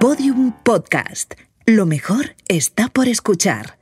Podium Podcast. Lo mejor está por escuchar.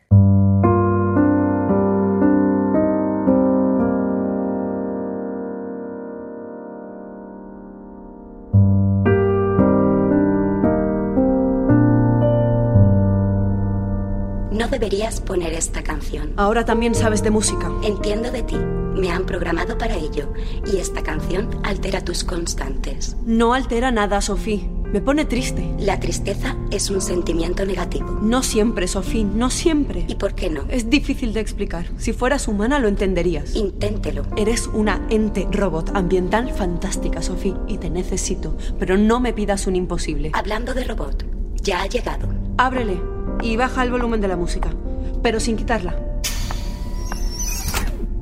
No deberías poner esta canción. Ahora también sabes de música. Entiendo de ti. Me han programado para ello. Y esta canción altera tus constantes. No altera nada, Sofía. Me pone triste. La tristeza es un sentimiento negativo. No siempre, Sofía, no siempre. ¿Y por qué no? Es difícil de explicar. Si fueras humana lo entenderías. Inténtelo. Eres una ente robot ambiental fantástica, Sofía, y te necesito. Pero no me pidas un imposible. Hablando de robot, ya ha llegado. Ábrele y baja el volumen de la música, pero sin quitarla.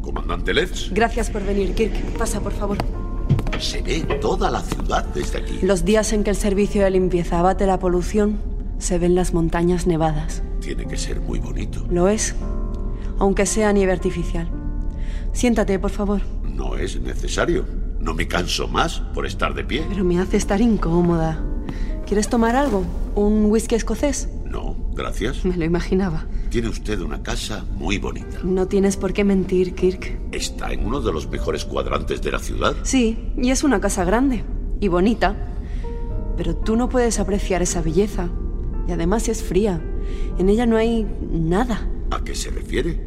Comandante Letts, Gracias por venir, Kirk. Pasa, por favor. se ve toda la ciudad desde aquí. Los días en que el servicio de limpieza abate la polución, se ven las montañas nevadas. Tiene que ser muy bonito. Lo es, aunque sea a nieve artificial. Siéntate, por favor. No es necesario. No me canso más por estar de pie. Pero me hace estar incómoda. ¿Quieres tomar algo? ¿Un whisky escocés? No, gracias. Me lo imaginaba. Tiene usted una casa muy bonita. No tienes por qué mentir, Kirk. Está en uno de los mejores cuadrantes de la ciudad. Sí, y es una casa grande y bonita. Pero tú no puedes apreciar esa belleza. Y además es fría. En ella no hay nada. ¿A qué se refiere?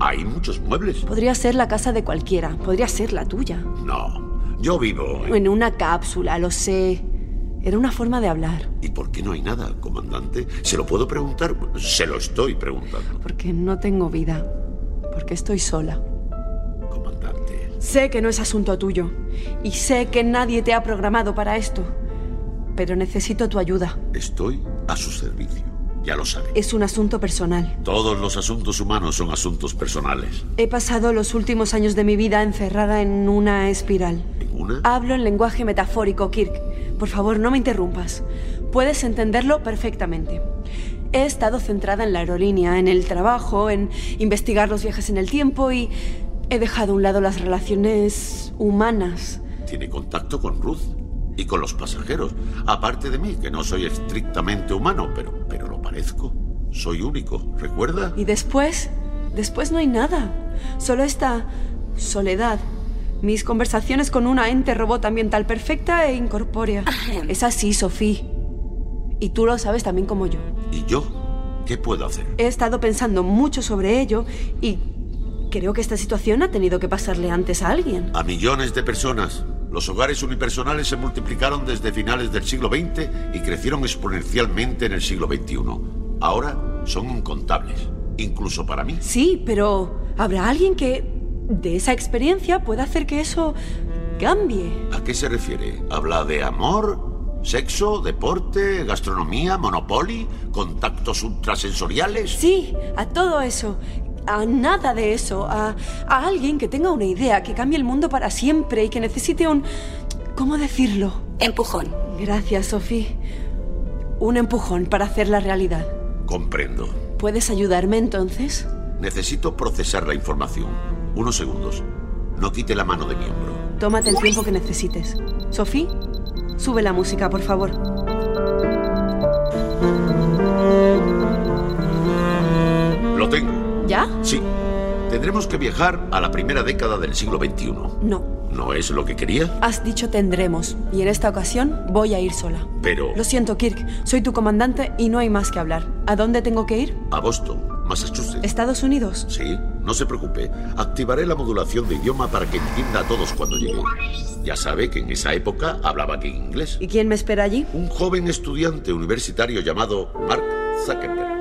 Hay muchos muebles. Podría ser la casa de cualquiera. Podría ser la tuya. No, yo vivo. en- En una cápsula, lo sé. Era una forma de hablar. ¿Y por qué no hay nada, comandante? ¿Se lo puedo preguntar? Se lo estoy preguntando. Porque no tengo vida. Porque estoy sola. Comandante, Sé que no es asunto tuyo. Y sé que nadie te ha programado para esto. Pero necesito tu ayuda. estoy a su servicio. Ya lo sabe. Es un asunto personal. Todos los asuntos humanos son asuntos personales. He pasado los últimos años de mi vida encerrada en una espiral. ¿Ninguna? Hablo en lenguaje metafórico, Kirk. Por favor, no me interrumpas. Puedes entenderlo perfectamente. He estado centrada en la aerolínea, en el trabajo, en investigar los viajes en el tiempo y he dejado a un lado las relaciones humanas. Tiene contacto con Ruth y con los pasajeros. Aparte de mí, que no soy estrictamente humano, pero, pero lo parezco. Soy único, ¿recuerda? Y después, después no hay nada. Solo esta soledad. Mis conversaciones con una ente robot ambiental perfecta e incorpórea. Ahem. Es así, Sophie. Y tú lo sabes también como yo. ¿Y yo? ¿Qué puedo hacer? He estado pensando mucho sobre ello y creo que esta situación ha tenido que pasarle antes a alguien. A millones de personas. Los hogares unipersonales se multiplicaron desde finales del siglo XX y crecieron exponencialmente en el siglo XXI. Ahora son incontables, incluso para mí. Sí, pero habrá alguien que de esa experiencia pueda hacer que eso cambie. ¿A qué se refiere? ¿Habla de amor, sexo, deporte, gastronomía, monopoly, contactos ultrasensoriales? Sí, a todo eso. A nada de eso. A, a alguien que tenga una idea, que cambie el mundo para siempre y que necesite un... ¿Cómo decirlo? Empujón. Gracias, Sophie. Un empujón para hacerla realidad. Comprendo. ¿Puedes ayudarme entonces? Necesito procesar la información. Unos segundos. No quite la mano de mi hombro. Tómate el tiempo que necesites. Sophie, sube la música, por favor. Lo tengo. ¿Ya? Sí. Tendremos que viajar a la primera década del siglo XXI. No. ¿No es lo que quería? Has dicho tendremos, y en esta ocasión voy a ir sola. Pero... Lo siento, Kirk, soy tu comandante y no hay más que hablar. ¿A dónde tengo que ir? A Boston, Massachusetts. ¿Estados Unidos? Sí, no se preocupe. Activaré la modulación de idioma para que entienda a todos cuando llegue. Ya sabe que en esa época hablaba aquí inglés. ¿Y quién me espera allí? Un joven estudiante universitario llamado Mark Zuckerberg.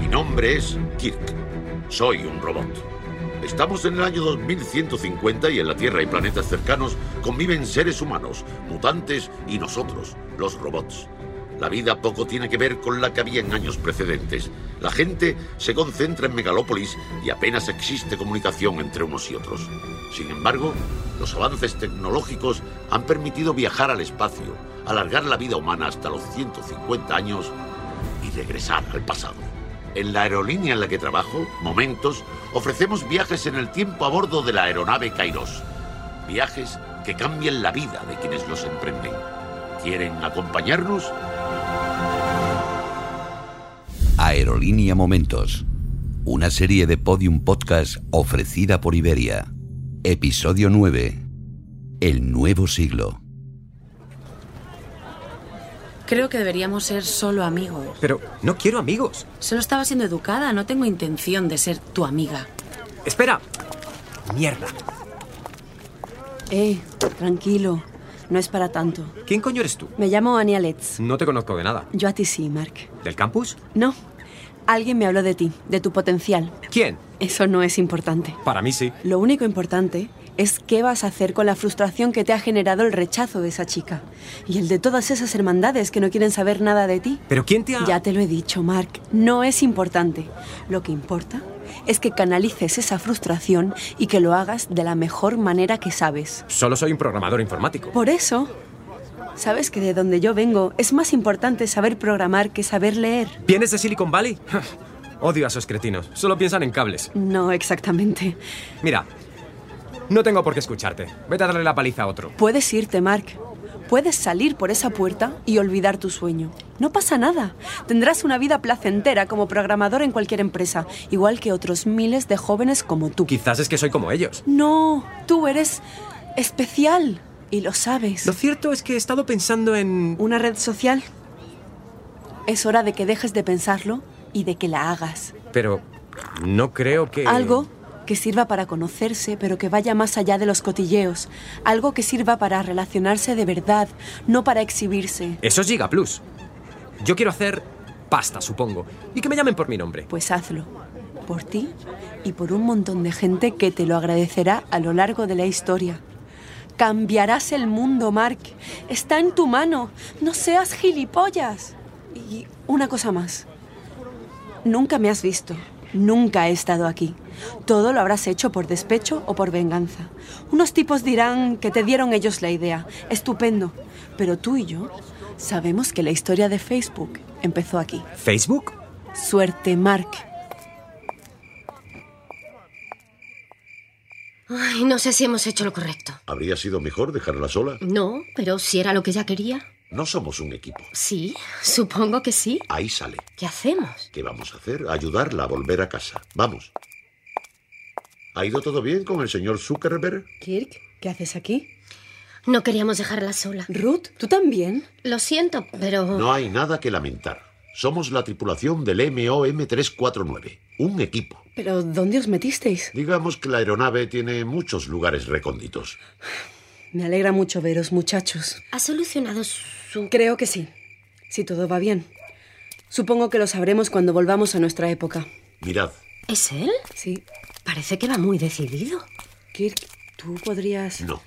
Mi nombre es Kirk. Soy un robot. Estamos en el año 2150 y en la Tierra y planetas cercanos conviven seres humanos, mutantes y nosotros, los robots. La vida poco tiene que ver con la que había en años precedentes. La gente se concentra en megalópolis y apenas existe comunicación entre unos y otros. Sin embargo, los avances tecnológicos han permitido viajar al espacio, alargar la vida humana hasta los 150 años y regresar al pasado. En la aerolínea en la que trabajo, Momentos, ofrecemos viajes en el tiempo a bordo de la aeronave Kairos. Viajes que cambian la vida de quienes los emprenden. ¿Quieren acompañarnos? Aerolínea Momentos. Una serie de podium podcast ofrecida por Iberia. Episodio 9. El nuevo siglo. Creo que deberíamos ser solo amigos. Pero no quiero amigos. Solo estaba siendo educada, no tengo intención de ser tu amiga. Espera. Mierda. Eh, tranquilo. No es para tanto. ¿Quién coño eres tú? Me llamo Ania Letts. No te conozco de nada. Yo a ti sí, Mark. ¿Del campus? No. Alguien me habló de ti, de tu potencial. ¿Quién? Eso no es importante. Para mí sí. Lo único importante es qué vas a hacer con la frustración que te ha generado el rechazo de esa chica y el de todas esas hermandades que no quieren saber nada de ti. ¿Pero quién te ha...? Ya te lo he dicho, Mark, no es importante. Lo que importa es que canalices esa frustración y que lo hagas de la mejor manera que sabes. Solo soy un programador informático. Por eso, sabes que de donde yo vengo es más importante saber programar que saber leer. ¿Vienes de Silicon Valley? Odio a esos cretinos. Solo piensan en cables. No exactamente. Mira, no tengo por qué escucharte. Vete a darle la paliza a otro. Puedes irte, Mark. Puedes salir por esa puerta y olvidar tu sueño. No pasa nada. Tendrás una vida placentera como programador en cualquier empresa, igual que otros miles de jóvenes como tú. Quizás es que soy como ellos. No, tú eres especial y lo sabes. Lo cierto es que he estado pensando en... ¿Una red social? Es hora de que dejes de pensarlo y de que la hagas. Pero no creo que... Algo que sirva para conocerse, pero que vaya más allá de los cotilleos. Algo que sirva para relacionarse de verdad, no para exhibirse. Eso es Giga Plus. Yo quiero hacer pasta, supongo. Y que me llamen por mi nombre. Pues hazlo. Por ti y por un montón de gente que te lo agradecerá a lo largo de la historia. Cambiarás el mundo, Mark. Está en tu mano. No seas gilipollas. Y una cosa más. Nunca me has visto. Nunca he estado aquí. Todo lo habrás hecho por despecho o por venganza. Unos tipos dirán que te dieron ellos la idea. Estupendo. Pero tú y yo sabemos que la historia de Facebook empezó aquí. ¿Facebook? Suerte, Mark. Ay, no sé si hemos hecho lo correcto. ¿Habría sido mejor dejarla sola? No, pero si era lo que ella quería. No somos un equipo. Sí, supongo que sí. Ahí sale. ¿Qué hacemos? ¿Qué vamos a hacer? Ayudarla a volver a casa. Vamos. ¿Ha ido todo bien con el señor Zuckerberg? Kirk, ¿qué haces aquí? No queríamos dejarla sola. Ruth, ¿tú también? Lo siento, pero... Mm. No hay nada que lamentar. Somos la tripulación del MOM349, un equipo. ¿Pero dónde os metisteis? Digamos que la aeronave tiene muchos lugares recónditos. Me alegra mucho veros, muchachos. ¿Ha solucionado su... Creo que sí, si todo va bien. Supongo que lo sabremos cuando volvamos a nuestra época. Mirad, ¿Es él? Sí. Parece que va muy decidido. Kirk, tú podrías... no.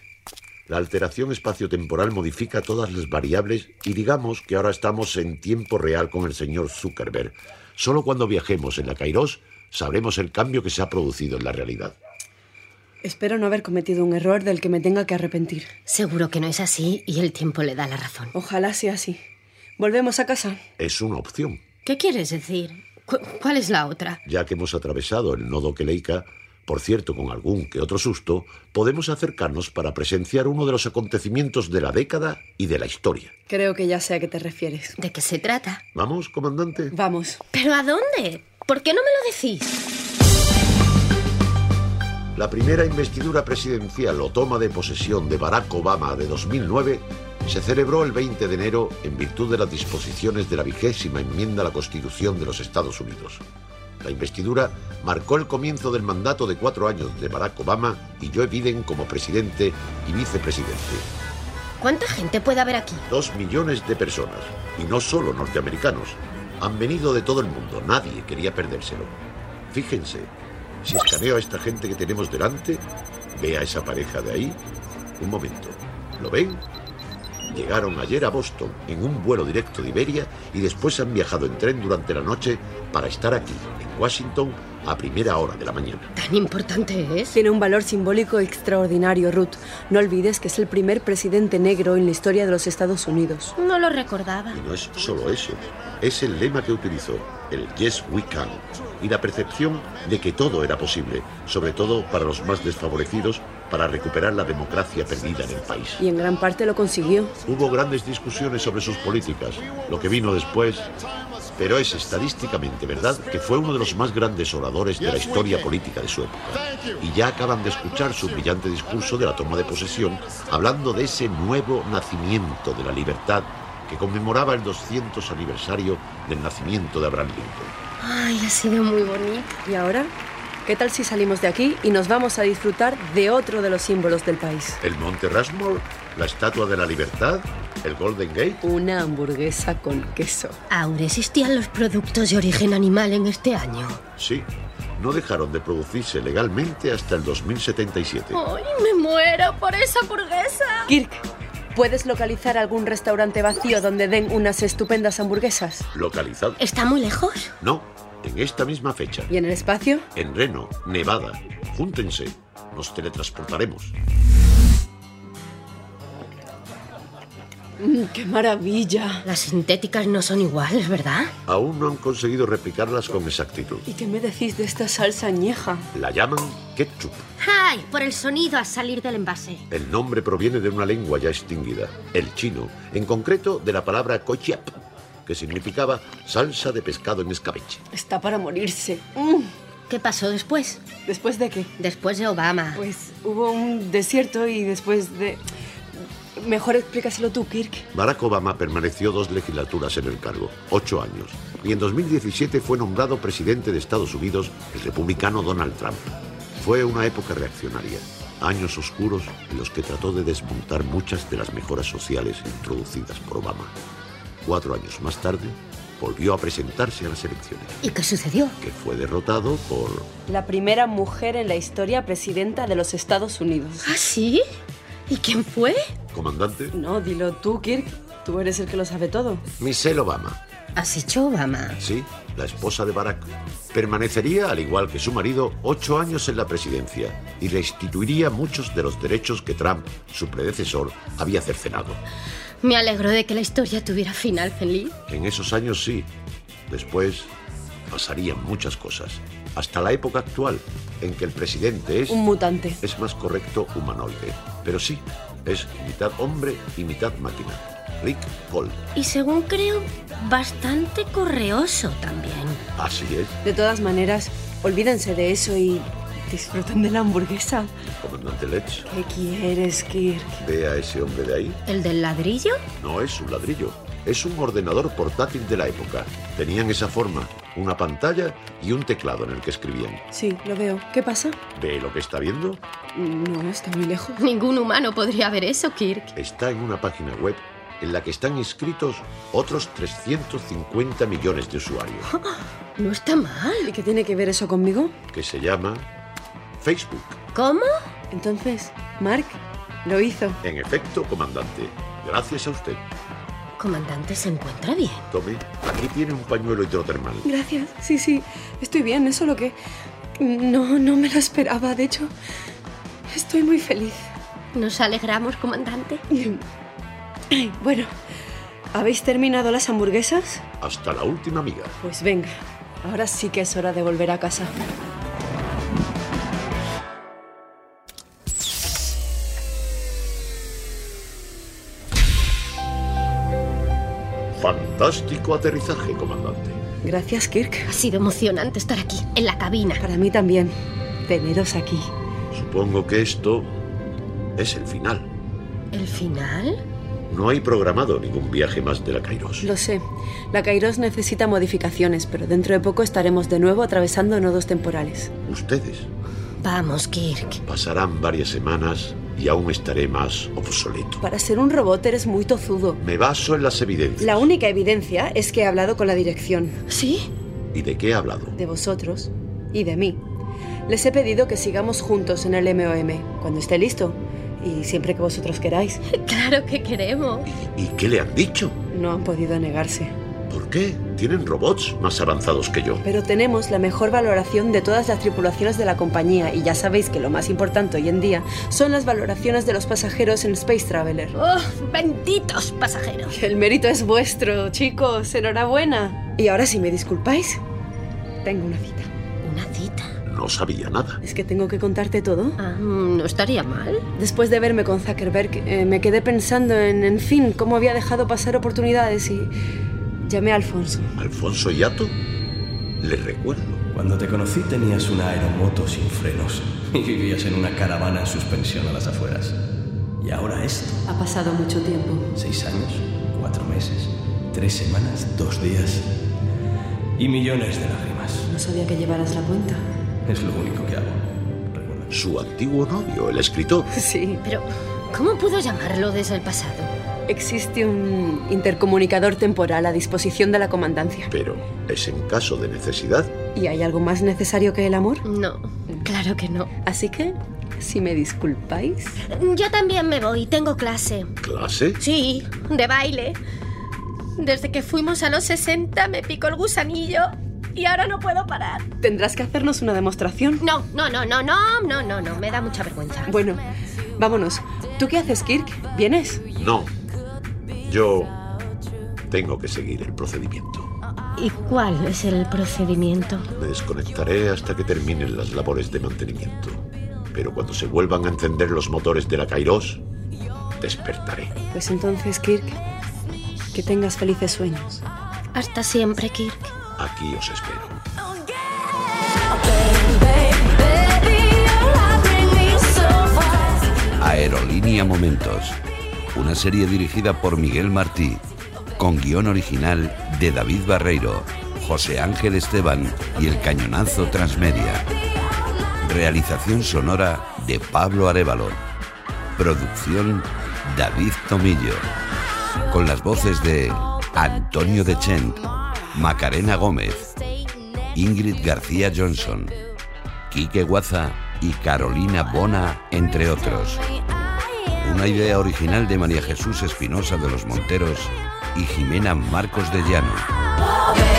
La alteración espaciotemporal modifica todas las variables y digamos que ahora estamos en tiempo real con el señor Zuckerberg. Solo cuando viajemos en la Kairos sabremos el cambio que se ha producido en la realidad. Espero no haber cometido un error del que me tenga que arrepentir. Seguro que no es así y el tiempo le da la razón. Ojalá sea así. Volvemos a casa. Es una opción. ¿Qué quieres decir? ¿Cu- ¿Cuál es la otra? Ya que hemos atravesado el nodo Keleica, por cierto, con algún que otro susto, podemos acercarnos para presenciar uno de los acontecimientos de la década y de la historia. Creo que ya sé a qué te refieres. ¿De qué se trata? ¿Vamos, comandante? Vamos. ¿Pero a dónde? ¿Por qué no me lo decís? La primera investidura presidencial o toma de posesión de Barack Obama de 2009 se celebró el 20 de enero en virtud de las disposiciones de la vigésima enmienda a la Constitución de los Estados Unidos. La investidura marcó el comienzo del mandato de cuatro años de Barack Obama y Joe Biden como presidente y vicepresidente. ¿Cuánta gente puede haber aquí? Dos millones de personas, y no solo norteamericanos, han venido de todo el mundo. Nadie quería perdérselo. Fíjense, si escaneo a esta gente que tenemos delante, ve a esa pareja de ahí. Un momento, ¿lo ven? Llegaron ayer a Boston en un vuelo directo de Iberia y después han viajado en tren durante la noche para estar aquí, en Washington a primera hora de la mañana. ¿Tan importante es? Tiene un valor simbólico extraordinario, Ruth. No olvides que es el primer presidente negro en la historia de los Estados Unidos. No lo recordaba. Y no es solo eso, es el lema que utilizó, el Yes We Can, y la percepción de que todo era posible, sobre todo para los más desfavorecidos, para recuperar la democracia perdida en el país. Y en gran parte lo consiguió. Hubo grandes discusiones sobre sus políticas, lo que vino después, pero es estadísticamente verdad que fue uno de los más grandes oradores de la historia política de su época. Y ya acaban de escuchar su brillante discurso de la toma de posesión, hablando de ese nuevo nacimiento de la libertad que conmemoraba el 200 aniversario del nacimiento de Abraham Lincoln. Ay, ha sido muy bonito. ¿Y ahora? ¿Qué tal si salimos de aquí y nos vamos a disfrutar de otro de los símbolos del país? El Monte Rushmore, la Estatua de la Libertad, el Golden Gate. Una hamburguesa con queso. Aún existían los productos de origen animal en este año. Sí, no dejaron de producirse legalmente hasta el 2077. Ay, me muero por esa hamburguesa. Kirk, ¿puedes localizar algún restaurante vacío donde den unas estupendas hamburguesas? Localizado. ¿Está muy lejos? No, en esta misma fecha, ¿Y en el espacio? en Reno, Nevada. Júntense, nos teletransportaremos. Mm, ¡Qué maravilla! Las sintéticas no son iguales, ¿verdad? Aún no han conseguido replicarlas con exactitud. ¿Y qué me decís de esta salsa añeja? La llaman ketchup. ¡Ay! Por el sonido al salir del envase. El nombre proviene de una lengua ya extinguida, el chino, en concreto de la palabra kochiap, que significaba salsa de pescado en escabeche. Está para morirse. Mm, ¿Qué pasó después? ¿Después de qué? Después de Obama. Pues hubo un desierto y después de... Mejor explícaselo tú, Kirk. Barack Obama permaneció dos legislaturas en el cargo, ocho años, y en 2017 fue nombrado presidente de Estados Unidos el republicano Donald Trump. Fue una época reaccionaria, años oscuros en los que trató de desmontar muchas de las mejoras sociales introducidas por Obama. Cuatro años más tarde, volvió a presentarse a las elecciones, ¿Y qué sucedió? que fue derrotado por La primera mujer en la historia presidenta de los Estados Unidos. ¿Ah, sí? ¿Y quién fue? comandante No, dilo tú, Kirk. Tú eres el que lo sabe todo. Michelle Obama. Has dicho Obama. Sí, la esposa de Barack. Permanecería, al igual que su marido, ocho años en la presidencia y restituiría muchos de los derechos que Trump, su predecesor, había cercenado. Me alegro de que la historia tuviera final feliz. En esos años sí. Después pasarían muchas cosas. Hasta la época actual, en que el presidente es, Un mutante. es más correcto humanoide. Pero sí, es mitad hombre y mitad máquina. Rick Gold. Y según creo, bastante correoso también. Así es, De todas maneras, olvídense de eso y disfruten de la hamburguesa. comandante Lech. ¿Qué quieres, Kirk? Ve a ese hombre de ahí. ¿El del ladrillo? No es un ladrillo, es un ordenador portátil de la época. Tenían esa forma, una pantalla y un teclado en el que escribían. Sí, lo veo. ¿Qué pasa? ¿Ve lo que está viendo? No, está muy lejos. Ningún humano podría ver eso, Kirk. Está en una página web en la que están inscritos otros 350 millones de usuarios, No está mal. ¿Y qué tiene que ver eso conmigo? que se llama Facebook. ¿Cómo? Entonces, Mark lo hizo. En efecto, comandante, gracias a usted. Comandante se encuentra bien. Tome, aquí tiene un pañuelo hidrotermal. Gracias. Sí, sí, estoy bien. Eso lo que... No, no me lo esperaba. De hecho, estoy muy feliz. Nos alegramos, comandante. Bueno, ¿habéis terminado las hamburguesas? Hasta la última amiga. Pues venga, ahora sí que es hora de volver a casa. Fantástico aterrizaje, comandante. Gracias, Kirk. Ha sido emocionante estar aquí, en la cabina. Para mí también, teneros aquí. Supongo que esto es el final. ¿El final? No hay programado ningún viaje más de la Kairos. Lo sé, la Kairos necesita modificaciones, pero dentro de poco estaremos de nuevo atravesando nodos temporales. Ustedes Vamos, Kirk. pasarán varias semanas y aún estaré más obsoleto. Para ser un robot eres muy tozudo. Me baso en las evidencias. La única evidencia es que he hablado con la dirección ¿Sí? ¿Y de qué he hablado? de vosotros y de mí. Les he pedido que sigamos juntos en el MOM, cuando esté listo, y siempre que vosotros queráis. Claro que queremos. ¿Y qué le han dicho? No han podido negarse. ¿Por qué? Tienen robots más avanzados que yo. Pero tenemos la mejor valoración de todas las tripulaciones de la compañía y ya sabéis que lo más importante hoy en día son las valoraciones de los pasajeros en Space Traveler. ¡Oh, benditos pasajeros! El mérito es vuestro, chicos. Enhorabuena. Y ahora, si me disculpáis, tengo una cita. ¿Una cita? No sabía nada. Es que tengo que contarte todo. Ah, no estaría mal. Después de verme con Zuckerberg, eh, me quedé pensando en, en fin, cómo había dejado pasar oportunidades y llamé a Alfonso. Alfonso Yato, le recuerdo. Cuando te conocí tenías una aeromoto sin frenos y vivías en una caravana en suspensión a las afueras. Y ahora esto. Ha pasado mucho tiempo. Seis años, cuatro meses, tres semanas, dos días y millones de lágrimas. No sabía que llevaras la cuenta. Es lo único que hago. Recuerda. Su antiguo novio, el escritor. Sí. Pero, ¿cómo pudo llamarlo desde el pasado? Existe un intercomunicador temporal a disposición de la comandancia. Pero es en caso de necesidad. ¿Y hay algo más necesario que el amor? No, claro que no. Así que, si me disculpáis. Yo también me voy, tengo clase. ¿Clase? Sí, de baile. Desde que fuimos a los 60 me picó el gusanillo y ahora no puedo parar. Tendrás que hacernos una demostración. No, no, no, no, no, no, no, no, me da mucha vergüenza. Bueno, vámonos. ¿Tú qué haces, Kirk? ¿Vienes? No. Yo tengo que seguir el procedimiento. ¿Y cuál es el procedimiento? Me desconectaré hasta que terminen las labores de mantenimiento. Pero cuando se vuelvan a encender los motores de la Kairos, despertaré. Pues entonces, Kirk, que tengas felices sueños. Hasta siempre, Kirk. Aquí os espero. Aerolínea Momentos. Una serie dirigida por Miguel Martí, con guión original de David Barreiro, José Ángel Esteban y El Cañonazo Transmedia. Realización sonora de Pablo Arevalo. Producción David Tomillo. Con las voces de Antonio de Chent, Macarena Gómez, Ingrid García Johnson, Quique Guaza y Carolina Bona, entre otros. Una idea original de María Jesús Espinosa de los Monteros y Jimena Marcos de Llano.